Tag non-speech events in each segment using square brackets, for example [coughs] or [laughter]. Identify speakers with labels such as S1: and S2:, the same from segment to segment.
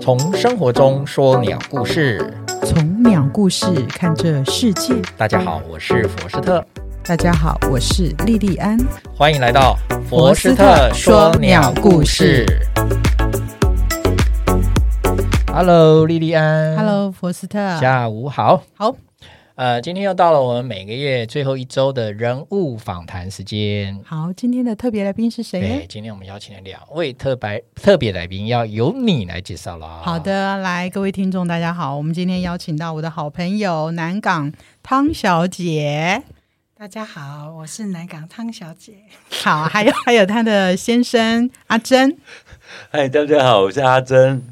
S1: 从生活中说鸟故事。
S2: 从鸟故事看这世界。
S1: 大家好，我是佛斯特，
S2: 大家好，我是莉莉安。
S1: 欢迎来到
S2: 佛斯特说鸟故事。
S1: Hello，莉莉安。
S2: Hello，佛斯特。
S1: 下午好。
S2: 好，
S1: 呃，今天又到了我们每个月最后一周的人物访谈时间。
S2: 好，今天的特别来宾是谁
S1: 对
S2: 呢，？
S1: 今天我们邀请了两位特白特别来宾，要由你来介绍了。
S2: 好，
S1: [laughs]
S2: 的，来，各位听众，大家好，我们今天邀请到我的好朋友南港汤小姐，
S3: 大家好，我是南港汤小姐。
S2: 好，还有 [laughs] 还有她的先生阿珍。
S4: 嗨，哎大家好，我是阿珍。
S2: [laughs]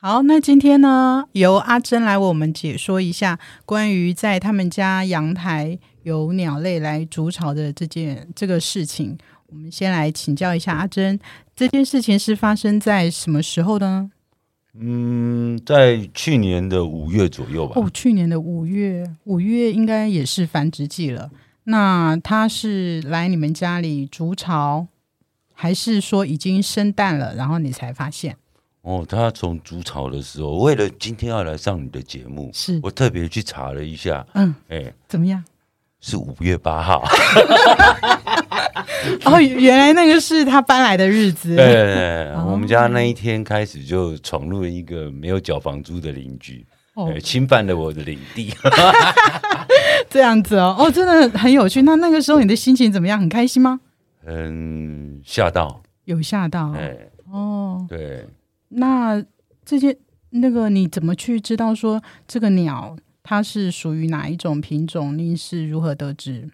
S2: 好，那今天呢，由阿珍来为我们解说一下关于在他们家阳台有鸟类来筑巢的这件这个事情。我们先来请教一下阿珍，这件事情是发生在什么时候的呢？
S4: 嗯，在去年的五月左右吧。
S2: 哦，去年的五月，五月应该也是繁殖季了。那它是来你们家里筑巢，还是说已经生蛋了，然后你才发现？
S4: 哦，他从筑巢的时候，为了今天要来上你的节目，
S2: 是，
S4: 我特别去查了一下，
S2: 嗯，
S4: 哎，
S2: 怎么样？
S4: 是五月
S2: [laughs]
S4: 八号。
S2: 哦，原来那个是他搬来的日子。
S4: 对对，对对
S2: 哦
S4: 我们家那一天开始就闯入了一个没有缴房租的邻居，
S2: 哦
S4: 哎，侵犯了我的领
S2: [laughs]
S4: 地。
S2: 这样子哦，哦，真的很有趣。那那个时候你的心情怎么样？很开心吗？
S4: 嗯，吓到。
S2: 有吓到
S4: 哎，
S2: 哦。
S4: 对，
S2: 那这些那个你怎么去知道说这个鸟它是属于哪一种品种？你是如何得知？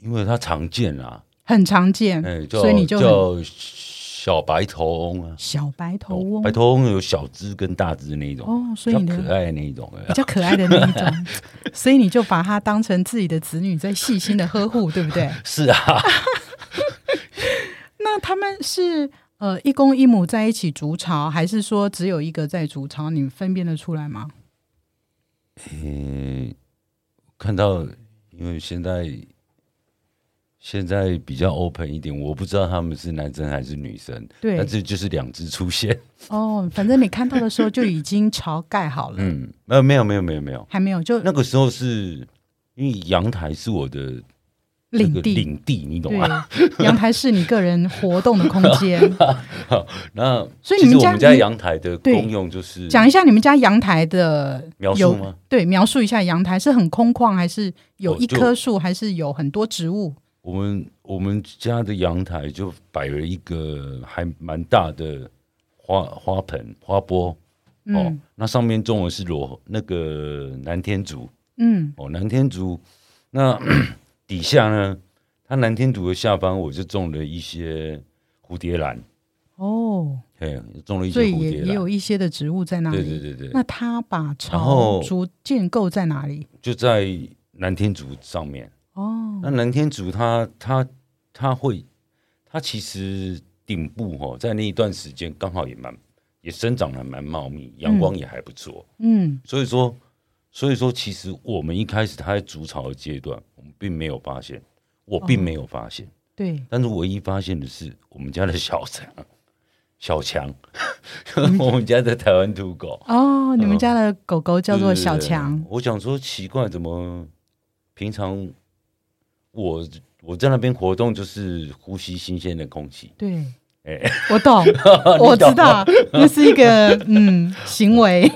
S4: 因为它常见啊，
S2: 很常见，
S4: 哎，叫
S2: 嗯所以你就很
S4: 叫小白头翁啊。
S2: 小白头
S4: 哦
S2: 翁
S4: 白头翁有小只跟大只那一种。
S2: 哦，所
S4: 比
S2: 以
S4: 较
S2: 你
S4: 可
S2: 的
S4: 爱的那一种。哎
S2: [laughs] 比较可爱的那一
S4: [laughs]
S2: 种，所以你就把它当成自己的子女在细心的呵
S4: [laughs]
S2: 护，对不对？
S4: 是啊，
S2: 那他们是呃一公一母在一起筑巢，还是说只有一个在筑巢？你分辨得出来吗？
S4: 嗯，看到，因为现在现在比较 open 一点，我不知道他们是男生还是女生，
S2: 对
S4: 但是就是两只出
S2: [laughs]
S4: 现。
S2: 哦，反正你看到的时候就已经巢盖好了，
S4: 嗯，没有没有没有没有没有，
S2: 还没有就
S4: 那个时候是因为阳台是我的那
S2: 领
S4: 个
S2: 地。
S4: 领地，你懂啊
S2: 对
S4: 吗？，
S2: 阳台是你个人活动的空间。
S4: [laughs] 那
S2: 所以
S4: 其
S2: 你
S4: 实
S2: 们
S4: 我
S2: 家
S4: 们家
S2: 你
S4: 阳台的
S2: 对
S4: 功用就是
S2: 讲一下你们家阳台的
S4: 描述
S2: 有
S4: 吗？
S2: 对，描述一下阳台是很空旷，还是有
S4: 哦
S2: 一
S4: 就
S2: 棵树，还是有很多植物？
S4: 我们我们家的阳台就摆了一个还蛮大的花花盆花钵，哦，
S2: 嗯
S4: 那上面种的是罗那个南天竹
S2: 嗯，
S4: 哦，南天竹，那 [coughs] 底下呢，它南天竹的下方我就种了一些蝴蝶兰，
S2: 哦，
S4: 哎，种了一些
S2: 所以
S4: 蝴
S2: 也
S4: 蝶
S2: 也有
S4: 兰，
S2: 一些的植物在那里。
S4: 对对对对，
S2: 那他把
S4: 然
S2: 巢
S4: 后
S2: 筑建构在哪里？
S4: 就在南天竹上面。
S2: 哦，
S4: 那南天竹它它它会，它其实顶部哦，在那一段时间刚好也蛮也生长得蛮茂密，阳光也还不错，
S2: 嗯，
S4: 所以说所以说其实我们一开始它在筑巢的阶段，我们并没有发现，我并没有发现，，
S2: 哦对
S4: 但是唯一发现的是我们家的小强，小强，
S2: 嗯
S4: [laughs] 我们家的台湾土狗
S2: 哦，你们家的狗狗叫做小
S4: 对对
S2: 强
S4: 对，我想说奇怪，怎么平常我我在那边活动就是呼吸新鲜的空气，
S2: 对，
S4: 哎
S2: 我
S4: [laughs]
S2: 懂，我知道，那是一个嗯行为，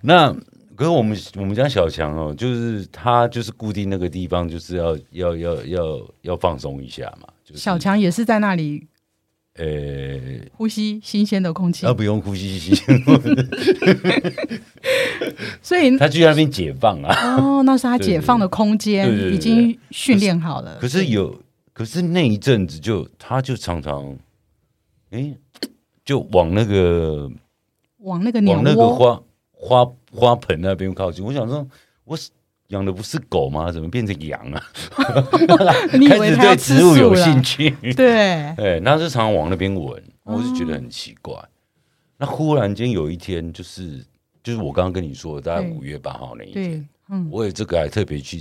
S4: 那可是我们我们家小强哦，就是他就是固定那个地方，就是要要要要要放松一下嘛。就是、
S2: 小，强也是在那里
S4: 呃、
S2: 呼吸新鲜的空气
S4: 啊他，不用呼吸新鲜，
S2: 所以
S4: [laughs] 他去那边解放啊。
S2: 哦，那是他解放的空
S4: 对对对
S2: 间，
S4: 对
S2: 已经训练好了。
S4: [laughs] 可是有，可是那一阵子就他就常常，哎、就往那个
S2: 往那个鸟
S4: 往那个
S2: 窝，
S4: 花花花盆那边靠近。我想说，我是养的不是狗吗？怎么变成羊啊？
S2: [laughs] [laughs] 你以
S4: 开
S2: 为
S4: 始
S2: 他要
S4: 对
S2: 吃
S4: 植物
S2: 素
S4: 有
S2: 了？[laughs]
S4: 兴趣， [laughs]
S2: 对，
S4: 哎，那就常常往那边闻，
S2: 哦
S4: 我就觉得很奇怪。那忽然间有一天，就是就是我刚刚跟你说的，大概
S2: 对
S4: 五月八号那一天，
S2: 对，嗯
S4: 我也这个还特别去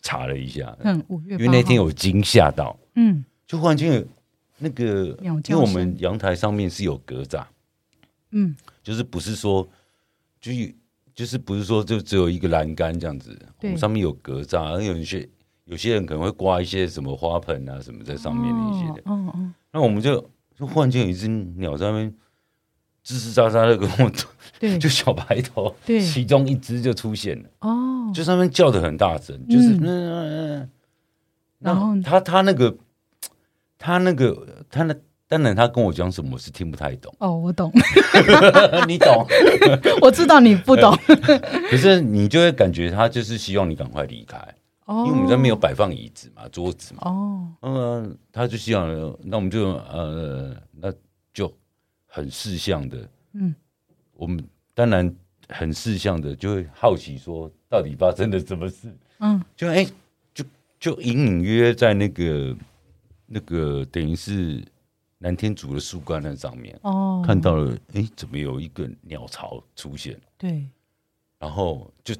S4: 查了一下，
S2: 嗯，五月八
S4: 因为
S2: 号，
S4: 那天有惊吓到，
S2: 嗯
S4: 就忽然间有那个，
S2: 鸟
S4: 因
S2: 叫
S4: 为我
S2: 声
S4: 们阳台上面是有格栅，
S2: 嗯，
S4: 就是不是说，就是就是不是说就只有一个栏杆这样子，我
S2: 对
S4: 们上面有格栅，然后有一些有些人可能会挂一些什么花盆啊什么在上面的一些的，
S2: 哦哦
S4: 那我们就就忽然间有一只鸟在那边吱吱喳喳的跟我
S2: 哦，对，
S4: [laughs] 就小白头，
S2: 对
S4: 其中一只就出现了，
S2: 哦，
S4: 就上面叫的很大声，就是
S2: 嗯
S4: 嗯嗯嗯，
S2: 然后，
S4: 那他他那个他那个他那当然他跟我讲什么我是听不太懂
S2: [laughs] 哦，我懂，
S4: 你懂，
S2: 我知道你不
S4: [laughs]
S2: 懂，
S4: 可是你就会感觉他就是希望你赶快离开，
S2: 哦，
S4: 呃因为我们这边没有摆放椅子嘛、桌子嘛，
S2: 哦，
S4: 嗯，他就希望那我们就呃那就很识相的，
S2: 嗯，
S4: 我们当然很识相的就会好奇说到底发生了什么事。
S2: 嗯，
S4: 就哎、就就隐隐约约在那个那个等于是南天竺的树干那上面、
S2: 哦，
S4: 看到了，哎、怎么有一个鸟巢出现？
S2: 对，
S4: 然后就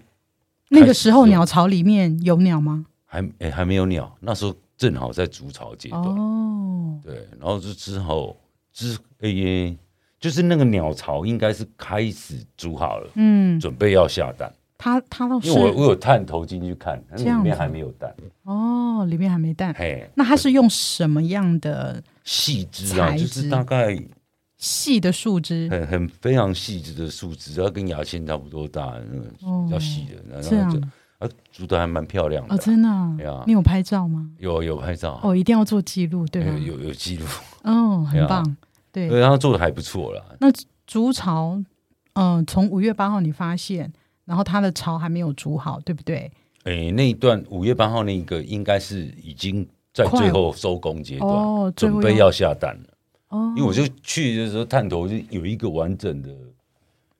S2: 那个时候鸟巢里面有鸟吗？
S4: 还哎、还没有鸟，那时候正好在筑巢阶段，
S2: 哦，
S4: 对，然后就之后之哎、耶，就是那个鸟巢应该是开始筑好了，
S2: 嗯，
S4: 准备要下蛋，
S2: 它它倒是
S4: 因为我我有探头进去看，那
S2: 这样
S4: 里面
S2: 子
S4: 还没有蛋，
S2: 哦，里面还没蛋，
S4: 嘿，
S2: 那它是用什么样的
S4: 细枝啊，
S2: 材
S4: 就
S2: 质
S4: 是大概
S2: 细的树枝？
S4: 很很非常细致的树枝，它跟牙签差不多大，那个
S2: 哦
S4: 比较细的，然
S2: 这
S4: 后
S2: 样
S4: 就啊，煮的还蛮漂亮的
S2: 哦，
S4: 啊，
S2: 真的啊
S4: 对啊，
S2: 你有拍照吗？
S4: 有有拍照，
S2: 哦，一定要做记录，对吧
S4: 哎有？有有记录，
S2: 哦，很
S4: 对啊
S2: 棒，对。
S4: 对，他做的还不错啦。
S2: 那筑巢，嗯，从五月八号你发现，然后它的巢还没有筑好，对不对？
S4: 诶，那一段五月八号那个应该是已经在
S2: 快
S4: 最后收工阶段，
S2: 哦最
S4: 准
S2: 后
S4: 备
S2: 要
S4: 要下蛋了。
S2: 哦，
S4: 因为我就去的时候探头就有一个完整的，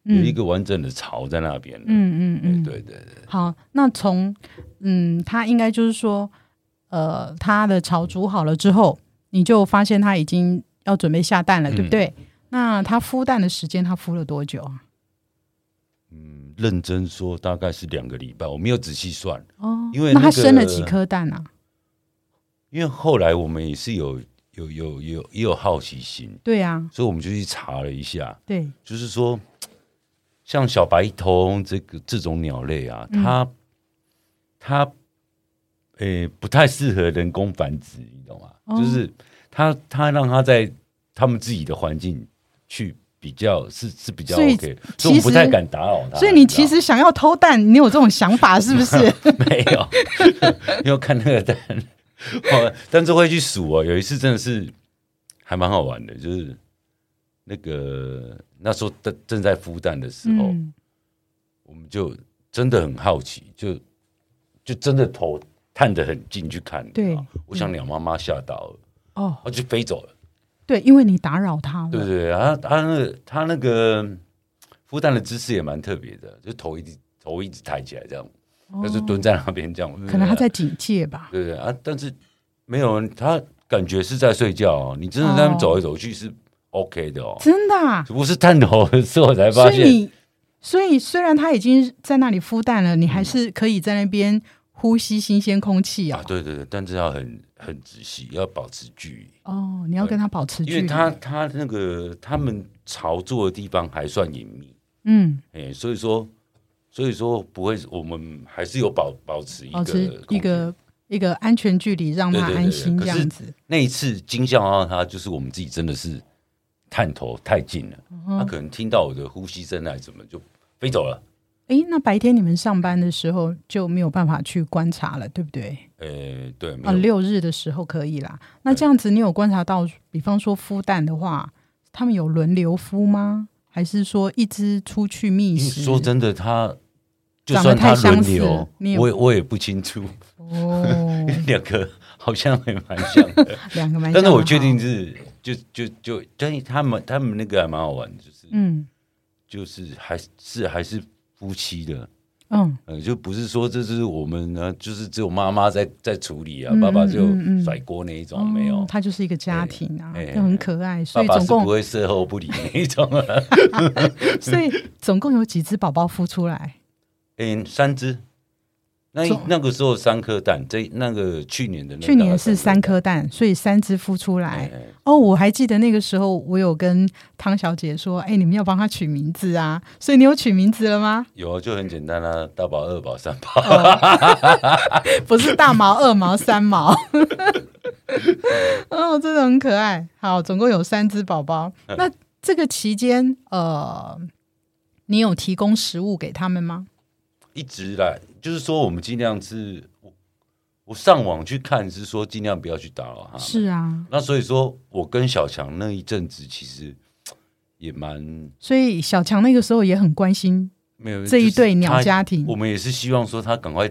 S4: 有一个完整的巢在那边了。
S2: 嗯嗯嗯，
S4: 对，对对对，
S2: 好，那从嗯，它应该就是说，呃，它的巢筑好了之后，你就发现它已经要准备下蛋了，对不
S4: 嗯
S2: 对？那它孵蛋的时间，它孵了多久啊？
S4: 嗯认真说大概是两个礼拜，我没有仔细算，
S2: 哦，
S4: 因为
S2: 那它
S4: 那个
S2: 生了几颗蛋啊？
S4: 因为后来我们也是有有有有也有好奇心，
S2: 对啊，
S4: 所以我们就去查了一下，
S2: 对，
S4: 就是说，像小白头这个这种鸟类啊，
S2: 嗯
S4: 它、它诶、不太适合人工繁殖，你懂吗？
S2: 哦
S4: 就是它它让它在它们自己的环境去比较是是比较
S2: 所以
S4: OK，所以我
S2: 其
S4: 们
S2: 实
S4: 不太敢打扰它。
S2: 所以你
S4: 知道
S2: 其实想要偷蛋，你有这种想法是
S4: [laughs]
S2: 不是？
S4: 没有，因为看那个蛋， [laughs] 哦，但是会去数哦。有一次真的是还蛮好玩的，就是那个那时候正正在孵蛋的时候，
S2: 嗯，
S4: 我们就真的很好奇，就就真的头探得很近去看。你知
S2: 对
S4: 道吗我想鸟妈妈吓到了，
S2: 哦，
S4: 它就飞走了。
S2: 对，因为你打扰它了。
S4: 对对对，它它那个它那个孵蛋的姿势也蛮特别的，就头一直头一直抬起来这样，它就蹲在那边这样。
S2: 哦可能他在警戒吧。
S4: 对对啊，但是没有人，他感觉是在睡觉、哦。你真的在那边
S2: 哦
S4: 走来走去是 OK 的哦，
S2: 真的、啊，
S4: 只不过是探头的时候才发
S2: 所以
S4: 现，
S2: 你，所以虽然他已经在那里孵蛋了，你还是可以在那边呼吸新鲜空气
S4: 啊
S2: 啊，。
S4: 对对对，但是要很很仔细，要保持距
S2: 哦，你要跟他保持
S4: 离，
S2: 距
S4: 啊因为
S2: 离。
S4: 他他那个他们巢住的地方还算隐秘，
S2: 嗯，
S4: 哎、所以说所以说不会，我们还是有保保持一
S2: 保
S4: 个
S2: 持
S4: 空
S2: 一
S4: 间。
S2: 个一个安全距离，让他
S4: 对对对
S2: 安心
S4: 对
S2: 这
S4: 可是
S2: 样子。
S4: 那一次惊吓到他，就是我们自己真的是探头太近了，
S2: 嗯
S4: 他可能听到我的呼吸声还是怎么就飞走了。
S2: 诶，那白天你们上班的时候就没有办法去观察了，对不对？
S4: 呃，对，没
S2: 啊，
S4: 有
S2: 六日的时候可以啦。那这样子，你有观察到，比方说孵蛋的话，他们有轮流孵吗？还是说一只出去觅
S4: 因为
S2: 食？
S4: 嗯说真的，他就
S2: 长得
S4: 算他
S2: 太相
S4: 轮
S2: 似
S4: 流
S2: 你也，
S4: 我也我也不清楚， [laughs]
S2: 哦，
S4: 两个好像还蛮像
S2: [laughs]
S4: 的。
S2: 两个蛮像的哈。
S4: 但是我确定是，就就就，但是他们他们那个还蛮好玩的，就是
S2: 嗯
S4: 就是还是还是夫妻的，
S2: 嗯，
S4: 呃，就不是说这是我们呢，就是只有妈妈在在处理啊
S2: 嗯，
S4: 爸爸就
S2: 嗯嗯嗯
S4: 甩锅那一种没有
S2: 哦。它就是一个家庭啊，
S4: 哎哎
S2: 就很可爱，所
S4: 爸
S2: 以
S4: 爸
S2: 总
S4: 是不
S2: 共
S4: 会事后不理那一种啊。
S2: 所以总共有几只宝宝孵出来？
S4: 嗯，三只，那一
S2: 中
S4: 那个时候三颗蛋，这那个去年的那个
S2: 去
S4: 大概
S2: 年是三
S4: 颗
S2: 颗蛋，所以三只孵出
S4: 蛋，
S2: 来。
S4: 哎
S2: 哦，我还记得那个时候，我有跟汤小姐说：“哎、你们要帮她取名字啊！”所以你有取名字了吗？
S4: 有啊，就很简单啊，大宝、二宝、三宝，
S2: [laughs] 不是大毛、二毛、三毛。 [laughs] 哦，真的很可爱。好，总共有三只宝宝。
S4: 嗯
S2: 那这个期间，呃，你有提供食物给他们吗？
S4: 一直来，就是说我们尽量是，我我上网去看是说尽量不要去打扰他们。
S2: 是啊，
S4: 那所以说我跟小强那一阵子其实也蛮
S2: 所以小强那个时候也很关心
S4: 没有
S2: 这一对
S4: 就是
S2: 鸟
S4: 他
S2: 家庭
S4: 我。们也是希望说他赶快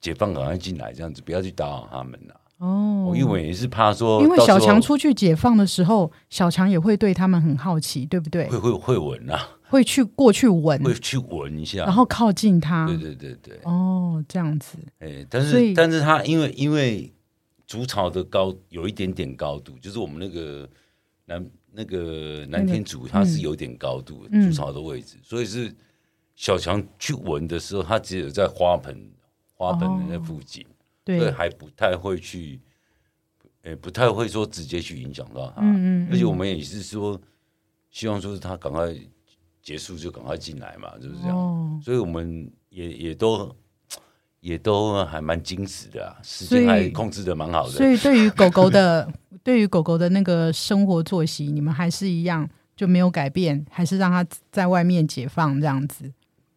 S4: 解放，赶快进来，这样子不要去打扰他们啦。
S2: 哦
S4: 因为我也是怕说，
S2: 因为小强出去解放的时候，小强也会对他们很好奇，对不对？
S4: 会会会闻啊，
S2: 会去过去闻，
S4: 会去闻一下，
S2: 然后靠近他。
S4: 对对对对，
S2: 哦，这样子。
S4: 哎，但
S2: 啊所以
S4: 是但是他因为因为筑巢的高有一点点高度，就是我们那个南那个南天竺它是有点高度的
S2: 嗯
S4: 筑巢的位置，所以是小强去闻的时候，它只有在花盆花盆的那附近，
S2: 哦对，
S4: 所以还不太会去，呃，不太会说直接去影响到它。
S2: 嗯嗯嗯
S4: 而且我们也是说，希望说是它赶快结束就赶快进来嘛，就是这样。
S2: 哦，
S4: 所以我们也也都也都还蛮矜持的、啊，时
S2: 所以
S4: 间还控制的蛮好
S2: 所
S4: 的。
S2: 以对于狗狗的， [laughs] 对于狗狗的那个生活作息，你们还是一样，就没有改变，还是让它在外面解放这样子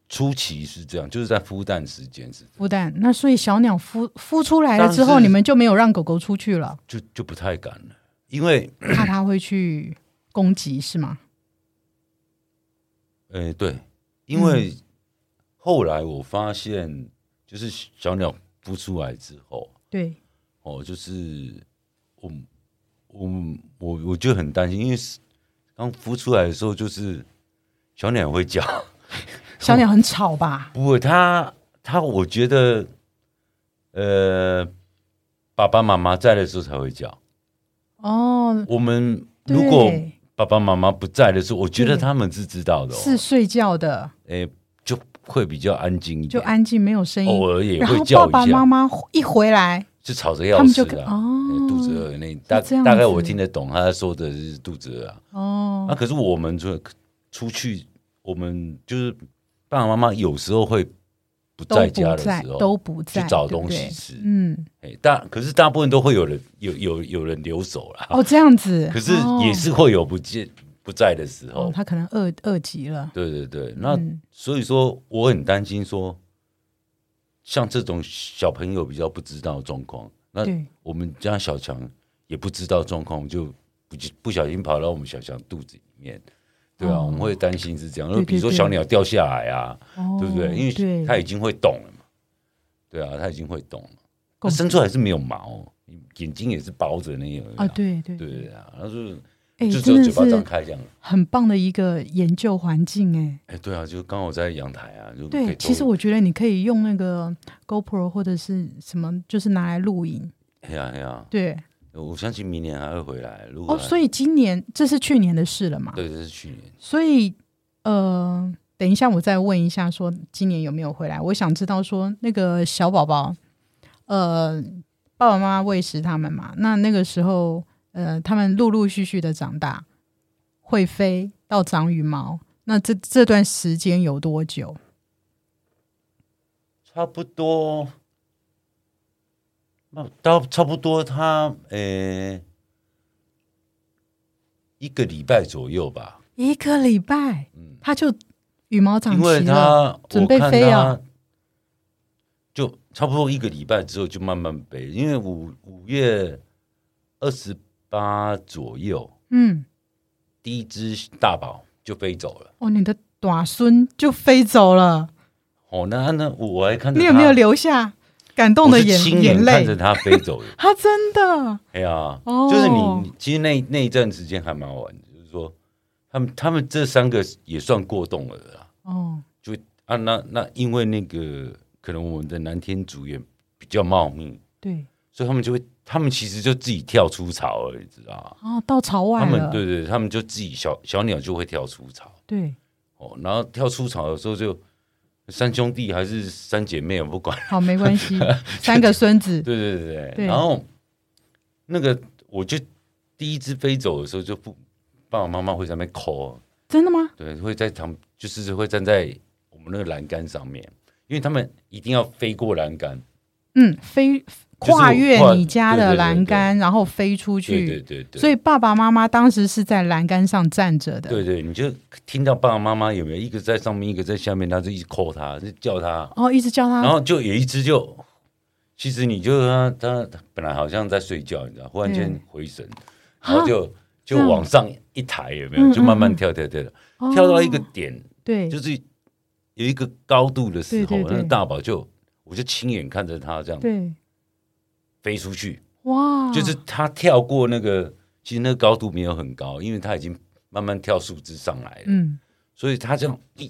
S4: 初期是这样，就是在孵蛋时间是
S2: 孵蛋。那所以小鸟孵孵出来了之
S4: 当
S2: 后，
S4: 时
S2: 你们就没有让狗狗出去
S4: [laughs]
S2: 了，
S4: 就就不太敢了，因为
S2: 怕它会去攻击，是吗？
S4: 呃对，因为
S2: 嗯
S4: 后来我发现，就是小鸟孵出来之后，
S2: 对，
S4: 哦，就是我我我我就很担心，因为是刚孵出来的时候，就是小鸟会叫。
S2: 小鸟很吵吧？
S4: 不，他他，我觉得，呃，爸爸妈妈在的时候才会叫。
S2: 哦，
S4: 我们
S2: 对
S4: 如果爸爸妈妈不在的时候，我觉得
S2: 对
S4: 他们是知道的、哦，
S2: 是睡觉的，
S4: 诶、就会比较安静一
S2: 就
S4: 点，
S2: 安静，没有声音。
S4: 偶尔也
S2: 然
S4: 会
S2: 后
S4: 叫
S2: 爸爸
S4: 一下，
S2: 妈妈一回来，
S4: 就吵着
S2: 他
S4: 要
S2: 们
S4: 吃
S2: 就
S4: 啊，
S2: 哦
S4: 诶肚子饿那大
S2: 这样
S4: 大概
S2: 子
S4: 我听得懂他说的是肚子饿啊。
S2: 哦
S4: 那、，可是我们出出去，我们就是爸爸妈妈有时候会不
S2: 都
S4: 在家
S2: 不
S4: 的
S2: 在
S4: 时候，，
S2: 都不在，
S4: 去找
S2: 对不
S4: 东西
S2: 对
S4: 吃
S2: 嗯，
S4: 哎，大可是大部分都会有人有有有人留守啦，
S2: 哦，这哦样子，
S4: 啊可是也是会有不见不在的时
S2: 哦
S4: 候。
S2: 哦，他可能饿饿极了。
S4: 对对对，那、
S2: 嗯
S4: 所以说我很担心说，像这种小朋友比较不知道的状况，那
S2: 对
S4: 我们家小强也不知道状况，就不不小心跑到我们小强肚子里面。对啊，
S2: 哦
S4: 我们会担心是这样，
S2: 对对
S4: 比如说
S2: 对
S4: 小鸟掉下来啊，
S2: 哦
S4: 对不对？因为
S2: 对
S4: 它已经会动了嘛。对啊，它已经会动了。
S2: 够
S4: 它生出来是没有毛，眼睛也是包着那个
S2: 啊，对对，
S4: 对啊，它是
S2: 哎，
S4: 就只
S2: 真
S4: 有
S2: 的
S4: 嘴巴张
S2: 是
S4: 开这样。
S2: 很棒的一个研究环境哎。
S4: 哎，对啊，就刚好在阳台啊，就可以
S2: 对，
S4: 偷
S2: 其实我觉得你可以用那个 GoPro 或者是什么，就是拿来录影。
S4: 哎呀哎呀，
S2: 对
S4: 我相信明年还会回来。如果
S2: 哦，所以今年这是去年的事了嘛？
S4: 对，这是去年
S2: 所以呃，等一下我再问一下，说今年有没有回来？我想知道说那个小宝宝，呃，爸爸妈妈喂食他们嘛，那那个时候，呃，他们陆陆续续的长大，会飞到长羽毛，那这这段时间有多久？
S4: 差不多，那到差不多他呃一个礼拜左右吧，
S2: 一个礼拜，
S4: 嗯，
S2: 他就羽毛长
S4: 因为
S2: 齐了，
S4: 他
S2: 准备
S4: 我看
S2: 飞
S4: 他
S2: 啊
S4: 就差不多一个礼拜之后就慢慢飞，因为五五月二十八左右，
S2: 嗯，
S4: 第一只大宝就飞走了。
S2: 哦，你的短孙就飞走了，
S4: 哦，那那我还看着
S2: 你
S4: 它
S2: 有没有流下感动的
S4: 我是
S2: 眼
S4: 亲
S2: 眼
S4: 眼看着
S2: 泪？。
S4: 它飞走的
S2: 他真的，
S4: 哎呀，
S2: 哦
S4: 就是你其实那那一段时间还蛮好玩的，就是说他们他们这三个也算过动了啦。
S2: 哦，
S4: 就啊，那那因为那个可能我们的南天主也比较茂密，
S2: 对，
S4: 所以他们就会，他们其实就自己跳出巢了，你知道吗？
S2: 哦，到朝外了，
S4: 他们对对，他们就自己小小鸟就会跳出巢
S2: 对
S4: 哦，然后跳出巢的时候就三兄弟还是三姐妹，我不管。 [laughs]
S2: 好，没关系，三个孙子，
S4: 对对对对，
S2: 对
S4: 然后那个我就第一只飞走的时候，就不爸爸妈妈会在那边抠，
S2: 真的吗？
S4: 对，会在旁就是会站在我们那个栏杆上面，因为他们一定要飞过栏杆。
S2: 嗯，飞
S4: 就是我
S2: 跨越
S4: 跨
S2: 你家
S4: 对对
S2: 的
S4: 对
S2: 栏
S4: 对
S2: 杆，然后飞出
S4: 对对
S2: 去。
S4: 对对，
S2: 所以爸爸妈妈当时是在栏杆上站着的。
S4: 对对，你就听到爸爸妈妈有没有一个在上面，一个在下面，他就一直抠他，就叫他，
S2: 哦，一直叫
S4: 然
S2: 他
S4: 后就有一只就，其实你就他他他本来好像在睡觉，你知道，忽然间
S2: 嗯
S4: 回神，
S2: 啊
S4: 然后就
S2: 这
S4: 就
S2: 样
S4: 往上一抬，有没
S2: 嗯
S4: 有？
S2: 嗯
S4: 就慢慢跳跳跳跳，跳到一个
S2: 哦
S4: 点，
S2: 对，
S4: 就是有一个高度的时候
S2: 对，对对
S4: 那大宝就我就亲眼看着他这样
S2: 对，啊
S4: 飞出去，
S2: 哇，
S4: 就是他跳过那个，其实那个高度没有很高，因为他已经慢慢跳树枝上来了。
S2: 嗯，
S4: 所以他这样一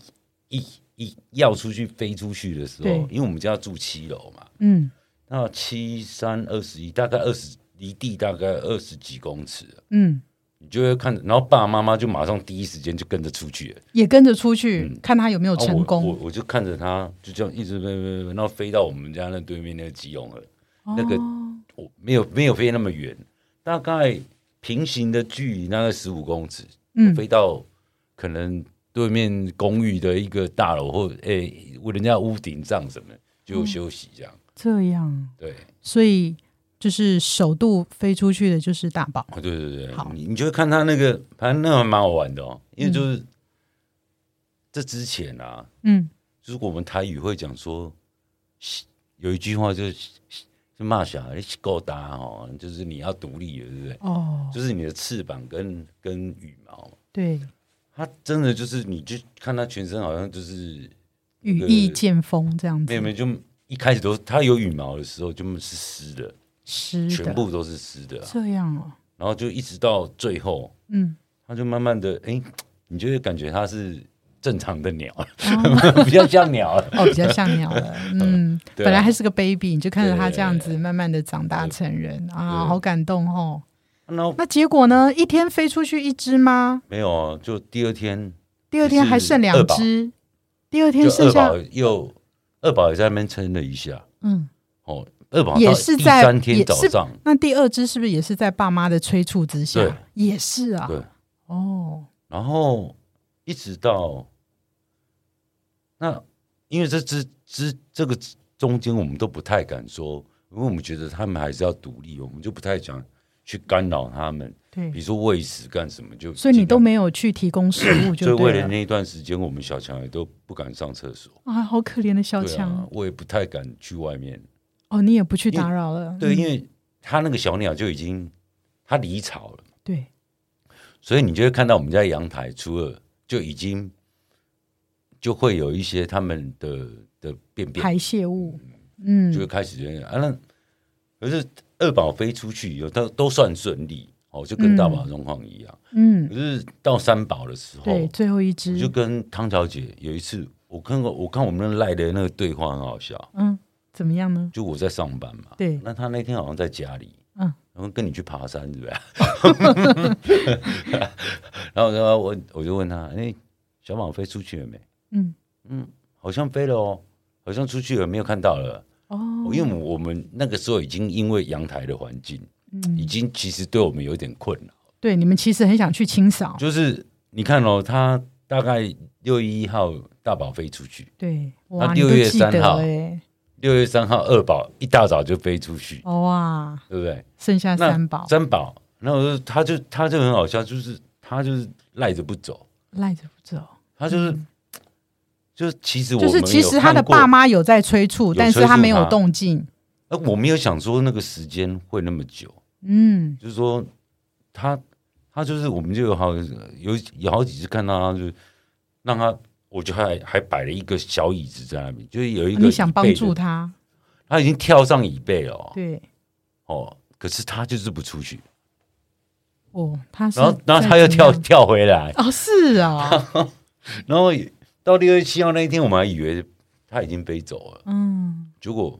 S4: 一一要出去飞出去的时候
S2: 对，
S4: 因为我们家住七楼嘛，
S2: 嗯
S4: 那七三二十一，大概二十离地大概二十几公尺，
S2: 嗯，
S4: 你就会看，然后爸爸妈妈就马上第一时间就跟着出去了。
S2: 也跟着出去、
S4: 嗯
S2: 看他有没有
S4: 然后
S2: 成
S4: 我
S2: 功。
S4: 我我就看着他就这样一直飞飞飞，然后飞到我们家那对面那个吉永河，那个
S2: 哦
S4: 我没有没有飞那么远，大概平行的距离大概十五公尺，
S2: 嗯
S4: 飞到可能对面公寓的一个大楼或诶、人家屋顶上什么就休息这样。
S2: 这样，
S4: 对，
S2: 所以就是首度飞出去的就是大宝。
S4: 哦对对对
S2: 好，
S4: 你你就会看他那个，反正那还蛮好玩的哦，因为就是、这之前啊，
S2: 嗯，
S4: 就是我们台语会讲说，西有一句话就是西西就骂小孩西够大哦，就是你要独立了，对不对？
S2: 哦，
S4: 就是你的翅膀跟跟羽毛，
S2: 对，
S4: 它真的就是你就看它全身好像就是
S2: 羽
S4: 对
S2: 翼见风这样
S4: 没
S2: 子，
S4: 有没有，就一开始都它有羽毛的时候就是湿的，
S2: 湿
S4: 全
S2: 的，
S4: 部都是湿的啊、
S2: 这样哦，
S4: 然后就一直到最后，
S2: 嗯，
S4: 它就慢慢的哎、你就会感觉它是正常的鸟， [laughs] 比较像鸟了。
S2: 哦，比较像鸟了，
S4: [laughs]
S2: 嗯，
S4: 对啊
S2: 本来还是个 baby，你就看着他这样
S4: 对
S2: 子慢慢的长大成人啊，
S4: 对
S2: 好感动哦。
S4: 然后
S2: 那结果呢？一天飞出去一只吗？
S4: 没有啊，就第二天
S2: 第二天还剩两只，第二天
S4: 就
S2: 剩
S4: 二
S2: 下
S4: 宝又二宝也在那边撑了一下
S2: 嗯，
S4: 哦，二宝
S2: 也
S4: 到
S2: 是
S4: 第
S2: 在
S4: 三天
S2: 也
S4: 早
S2: 是
S4: 上，
S2: 那第二只是不是也是在爸妈的催促之下
S4: 对？
S2: 也是啊，
S4: 对，
S2: 哦，
S4: 然后一直到那，因为这之之这个中间我们都不太敢说，因为我们觉得他们还是要独立，我们就不太想去干扰他们，
S2: 对
S4: 比，如说喂食干什么就，
S2: 所以你都。没有去提供食物
S4: 所以
S2: 就对
S4: 为
S2: 啊
S4: 了
S2: 了
S4: 那一段时间，我们小强也都不敢上厕所，
S2: 啊，好可怜的小
S4: 对啊
S2: 强，
S4: 我也不太敢去外面。
S2: 哦，你也不去
S4: 因为
S2: 打扰了，
S4: 对，
S2: 嗯
S4: 因为他那个小鸟就已经它离巢了，
S2: 对，
S4: 所以你就会看到我们家阳台除了就已经就会有一些它们的的便便，
S2: 排泄物，嗯
S4: 就会开始有啊那可是二宝飞出去以后，它都算顺利哦，就跟大宝的状况一样。
S2: 嗯，
S4: 可是到三宝的时候，
S2: 对，最后一
S4: 我就
S2: 只，
S4: 跟汤小姐有一次，我看过，我看我们那赖的那个对话很好笑，
S2: 嗯，怎么样呢？
S4: 就我在上班嘛，
S2: 对
S4: 那他那天好像在家里，
S2: 嗯，
S4: 然后跟你去爬山是不是？ [laughs] 然后我就问，我就问他，哎、小马飞出去了没？
S2: 嗯，
S4: 好像飞了哦，好像出去了，没有看到了。
S2: 哦，
S4: 因为我们那个时候已经因为阳台的环境，已
S2: 嗯，
S4: 经其实对我们有点困扰。
S2: 对，你们其实很想去清扫，
S4: 就是你看哦，他大概六月一号大宝飞出去，
S2: 对，哇，你
S4: 6
S2: 都
S4: 月
S2: 记
S4: 3
S2: 得
S4: 号
S2: 哎，
S4: 六月三号二宝一大早就飞出去，
S2: 哦哇，
S4: 对不对？
S2: 剩下
S4: 那
S2: 三宝
S4: 三宝，然后我就他就他就很好笑，就是他就是赖着不走，
S2: 赖着不走。
S4: 他就是、就是其实
S2: 嗯
S4: 我
S2: 就是
S4: 们
S2: 其
S4: 有
S2: 实他的
S4: 看过
S2: 爸，妈有在催促，
S4: 有
S2: 但是
S4: 催促
S2: 他没有
S4: 他
S2: 动静。
S4: 呃我没有想说那个时间会那么久，
S2: 嗯，
S4: 就是说他他就是我们就有好有有好几次看到他就让他。我就还还摆了一个小椅子在那边，就是有一个
S2: 啊你想帮
S4: 椅背
S2: 助
S4: 的，
S2: 他，
S4: 他已经跳上椅背了哦
S2: 对，
S4: 哦，可是他就是不出去，
S2: 哦，他是
S4: 然后然后
S2: 在
S4: 他又
S2: 怎
S4: 跳
S2: 样
S4: 跳回来，
S2: 哦，是
S4: [laughs]
S2: 啊，
S4: 然后到六月七号那一天，我们还以为他已经飞走了，
S2: 嗯，
S4: 结果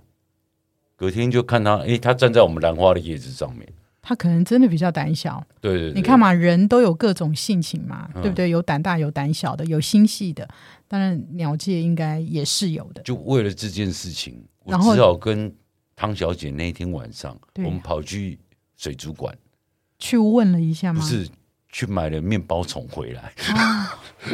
S4: 隔天就看他，诶，他站在我们兰花的叶子上面，
S2: 他可能真的比较胆小。
S4: 对对，嗯
S2: 你看，嘛，人都有各种性情嘛，对不对？有胆大，有胆小的，有心细的，当然鸟界应该也是有的。
S4: 就为了这件事情，我
S2: 然后
S4: 只好跟汤小姐那一天晚上，
S2: 对
S4: 我们跑去水族馆，
S2: 去问了一下
S4: 不
S2: 吗？
S4: 是去买了面包虫回来，
S2: [coughs]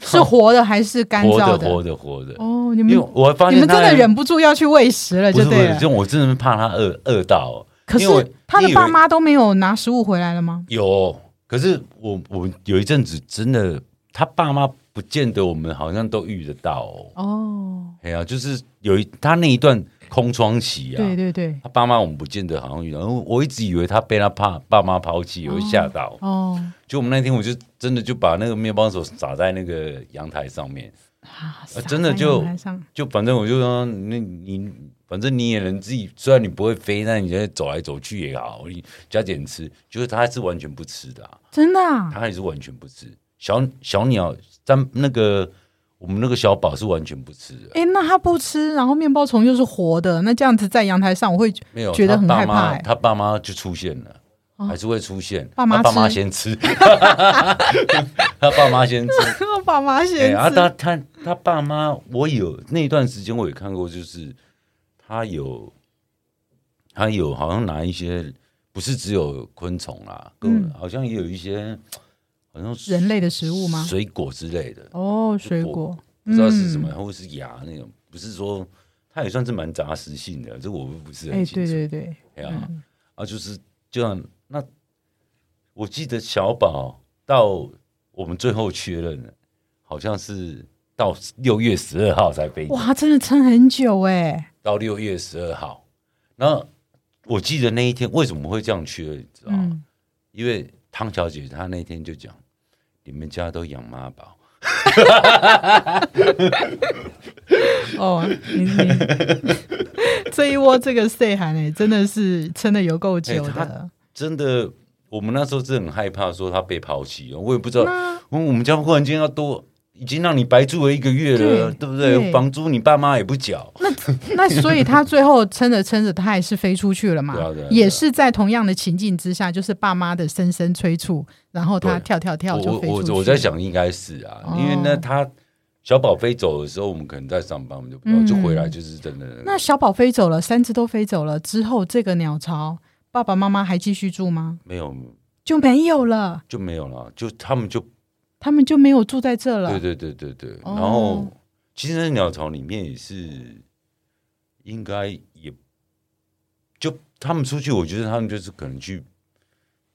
S2: 是活的还是干
S4: 活
S2: 燥
S4: 的活的活的，
S2: 哦，你
S4: 因为
S2: 们
S4: 我还发
S2: 你
S4: 现
S2: 们
S4: 他
S2: 真的忍不住要去喂食了，
S4: 不
S2: 就是
S4: 不
S2: 对
S4: 是
S2: 了，。
S4: 就我真的怕他饿饿到，
S2: 可
S4: 因为我
S2: 是他的
S4: 因为
S2: 爸妈都没有拿食物回来了吗？
S4: 有，哦可是我我有一阵子真的，他爸妈不见得我们好像都遇得到、哦。
S2: 哦，
S4: 哎呀、就是有一他那一段空窗期啊，
S2: 对对对，
S4: 他爸妈我们不见得好像遇到，因为我一直以为他被他爸爸妈抛弃，我会吓到。
S2: 哦，
S4: 就我们那天，我就真的就把那个面包手撒在那个阳台上面，
S2: 啊
S4: 呃真的就
S2: 撒在阳台上
S4: 就反正我就说，那你反正你也能自己，虽然你不会飞，但你在走来走去也好，你加减吃。就是他是完全不吃的、啊，
S2: 真的啊
S4: 他还是完全不吃。小小鸟，咱那个我们那个小宝是完全不吃的，
S2: 哎，那他不吃，然后面包虫又是活的，那这样子在阳台上，我会
S4: 没有
S2: 觉得
S4: 他
S2: 很
S4: 爸
S2: 害怕
S4: 妈
S2: 哎
S4: 他爸妈就出现了。还是会出现，
S2: 爸妈
S4: 他爸妈
S2: 吃 [laughs]
S4: 先吃，他爸妈先吃，
S2: [laughs] 爸妈
S4: 哎、
S2: 先
S4: 啊，
S2: 吃
S4: 他他他爸妈，我有那段时间我也看过，就是他有他有好像拿一些，不是只有昆虫啦，嗯，好像也有一些好像是
S2: 人类的食物吗？
S4: 水果之类的，
S2: 哦，水果，
S4: 不知道是什么，
S2: 嗯
S4: 或是芽那种，不是说它也算是蛮杂食性的，这我不是
S2: 哎，
S4: 很清
S2: 对
S4: 楚。
S2: 对对，嗯
S4: 哎呀、啊，就是这样。那我记得小宝到我们最后确认，好像是到六月十二号才飞机，
S2: 哇，真的撑很久哎，
S4: 到六月十二号。那我记得那一天为什么会这样确认，你知道吗？
S2: 嗯，
S4: 因为汤小姐她那天就讲，你们家都养妈宝，
S2: 哦，你你
S4: [laughs]
S2: 这一窝这个 say 寒哎，真的是撑的有够久
S4: 哎
S2: 的。
S4: 真的。我们那时候是很害怕说她被抛弃，我也不知道，我我们家忽然间要多，已经让你白住了一个月了，
S2: 对
S4: 对不对？
S2: 对
S4: 房租你爸妈也不缴，哎
S2: 那所以他最后撑着撑着，他也是飞出去了嘛，
S4: 对啊对啊对啊
S2: 也是在同样的情境之下，就是爸妈的声声催促，然后他
S4: 对
S2: 跳跳跳就
S4: 我
S2: 飞出去
S4: 我我在，想应该是啊，
S2: 哦
S4: 因为呢，他小宝飞走的时候，我们可能在上班，我们就不知道，
S2: 嗯
S4: 就回来就是真的。
S2: 那小宝飞走了，三只都飞走了之后，这个鸟巢爸爸妈妈还继续住吗？
S4: 没有
S2: 就没有了，
S4: 就没有了，就他们就
S2: 他们就没有住在这了。
S4: 对对对对对。
S2: 哦
S4: 然后其实那鸟巢里面也是，应该也就他们出去，我觉得他们就是可能去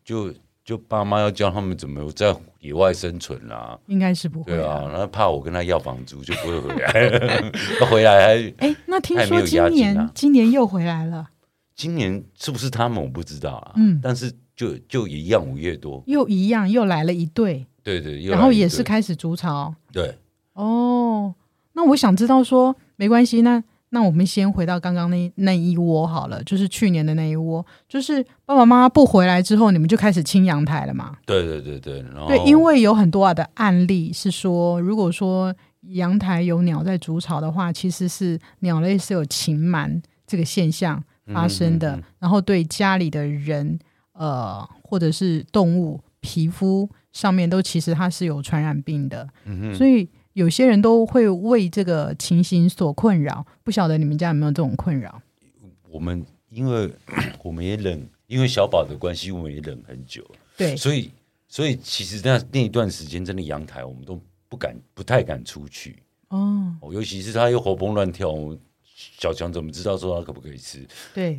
S4: 就。就爸妈要教他们怎么在野外生存啦、
S2: 应该是不会
S4: 对啊，。然后怕我跟他要房租，就不会回来。 [laughs] 他回来还
S2: 哎，那听
S4: 他也没
S2: 说
S4: 有
S2: 今
S4: 押金
S2: 年、
S4: 啊
S2: 今年又回来了，
S4: 今年是不是他们我不知道啊，
S2: 嗯
S4: 但是就就一样五月多，
S2: 又一样又来了一对，
S4: 对对，又来
S2: 然后
S4: 一
S2: 也
S4: 对
S2: 是开始筑巢。
S4: 对，
S2: 哦，那我想知道说，没关系，那那我们先回到刚刚那那一窝好了，就是去年的那一窝，就是爸爸妈妈不回来之后，你们就开始清阳台了嘛？
S4: 对对对对，然后
S2: 对，因为有很多的案例是说，如果说阳台有鸟在筑巢的话，其实是鸟类是有禽蛮这个现象发生的，
S4: 嗯嗯嗯
S2: 然后对家里的人呃或者是动物皮肤上面都其实它是有传染病的。
S4: 嗯哼
S2: 所以有些人都会为这个情形所困扰。不晓得你们家有没有这种困扰？
S4: 我们因为我们也冷，因为小宝的关系，我们也冷很久，
S2: 对，
S4: 所以所以其实那那一段时间真的阳台我们都不敢不太敢出去，
S2: 哦，
S4: 哦，尤其是他又活蹦乱跳，我们小强怎么知道说他可不可以吃？ [laughs]
S2: 对，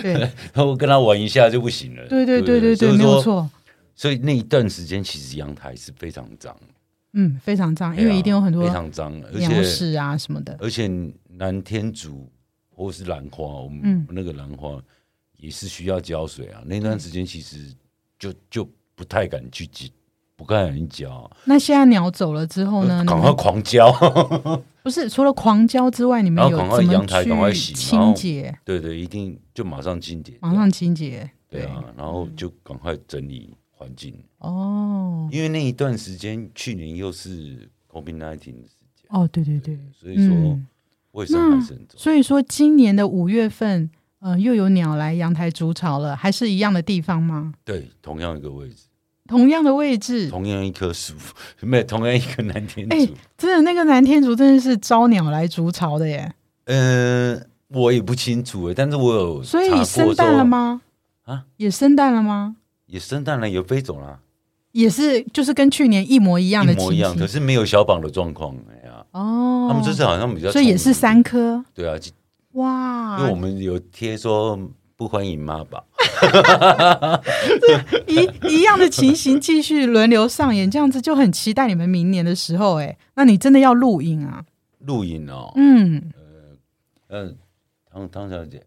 S2: 对，
S4: 我跟他玩一下就不行了，
S2: 对，对，对，对，
S4: 所
S2: 对，
S4: 以
S2: 没有
S4: 说
S2: 错。
S4: 所以那一段时间其实阳台是非常脏。啊
S2: 嗯，非常脏，因为一定有很多
S4: 非常脏，而
S2: 鸟
S4: 且
S2: 屎啊什么的。
S4: 而且南天竺或是兰花，我们
S2: 嗯
S4: 我们那个兰花也是需要浇水啊。那段时间其实就就不太敢去浇，不太敢去浇啊，
S2: 那现在鸟走了之后呢？你
S4: 呃赶快
S2: 们
S4: 狂浇。 [laughs]
S2: 不是除了狂浇之外，你们
S4: 然后
S2: 有
S4: 赶快
S2: 怎么
S4: 阳台赶快
S2: 去
S4: 洗然后
S2: 清洁？
S4: 对对，一定就马上清洁，
S2: 马上清洁，
S4: 对啊，然后就赶快整理环境，
S2: 哦，
S4: 因为那一段时间去年又是 COVID nineteen 的时间，
S2: 哦，对对对，
S4: 所以说
S2: 嗯
S4: 卫生还是很重要。
S2: 所以说今年的五月份，呃，又有鸟来阳台筑巢了，还是一样的地方吗？
S4: 对，同样一个位置，
S2: 同样的位置，
S4: 同样一棵树， [laughs] 没有同样一个南天
S2: 哎
S4: 竹。
S2: 真的那个南天竹真的是招鸟来筑巢的耶，
S4: 嗯、我也不清楚哎，但是我有
S2: 所以
S4: 查过
S2: 生蛋
S4: 说
S2: 了？吗？
S4: 啊，
S2: 也生蛋了吗？
S4: 也生蛋了，也飞走了，
S2: 也是，就是跟去年一模一样的
S4: 一
S2: 情
S4: 模一样，可
S2: 形
S4: 是没有小榜的状况。哎呀，
S2: 哦。
S4: 他们这次好像比较，
S2: 所以也是三，啊颗
S4: 对啊，因为
S2: 哇
S4: 我！们有贴说不欢迎妈宝，
S2: 一一样的情形继续轮流上演，这样子就很期待你们明年的时候哎。那你真的要录影啊？
S4: 录影哦，
S2: 嗯，
S4: 嗯，汤汤小姐，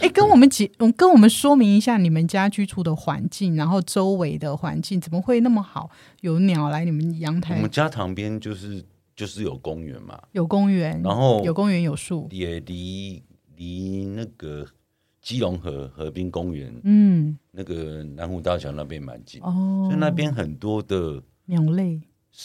S2: 哎，跟我们解跟我们说明一下你们家居住的环境，然后周围的环境怎么会那么好？有鸟来你们阳
S4: 我
S2: 台
S4: 们，家旁边就是就是有公园嘛，
S2: 有公园，
S4: 然后
S2: 有公园有树，
S4: 也离离那个基隆河河滨公园
S2: 嗯，
S4: 那个南湖大桥那边蛮近，
S2: 哦
S4: 所以，那边很多的
S2: 鸟类，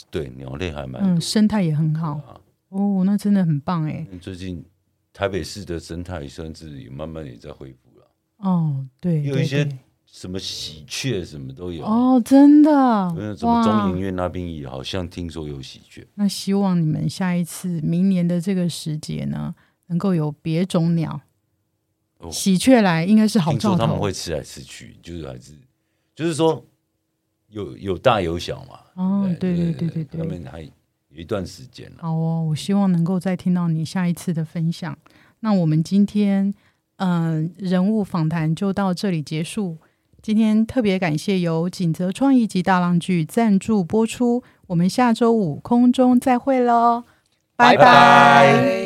S4: 对鸟类还蛮
S2: 嗯，
S4: 多
S2: 生态也很好
S4: 的啊。
S2: 哦，那真的很棒哎。
S4: 最近台北市的生态算是也慢慢也在恢复了，
S2: 哦，对，
S4: 有
S2: 对
S4: 一些
S2: 对
S4: 什么喜鹊什么都有。
S2: 哦，真的
S4: 嗯，什么
S2: 哇！
S4: 中研院那边也好像听说有喜鹊，
S2: 那希望你们下一次明年的这个时节呢，能够有别种鸟，
S4: 哦
S2: 喜鹊来应该是好哦
S4: 听说
S2: 兆
S4: 他们
S2: 头
S4: 会吃来吃去，就是还是就是说有有大有小嘛。
S2: 哦
S4: 不
S2: 对对对对
S4: 他
S2: 对
S4: 们还有一段时间了。
S2: 好哦，我希望能够再听到你下一次的分享。那我们今天嗯、呃人物访谈就到这里结束。今天特别感谢由锦泽创意及大浪剧赞助播出。我们下周五空中再会喽，
S1: 拜
S2: 拜拜
S1: 拜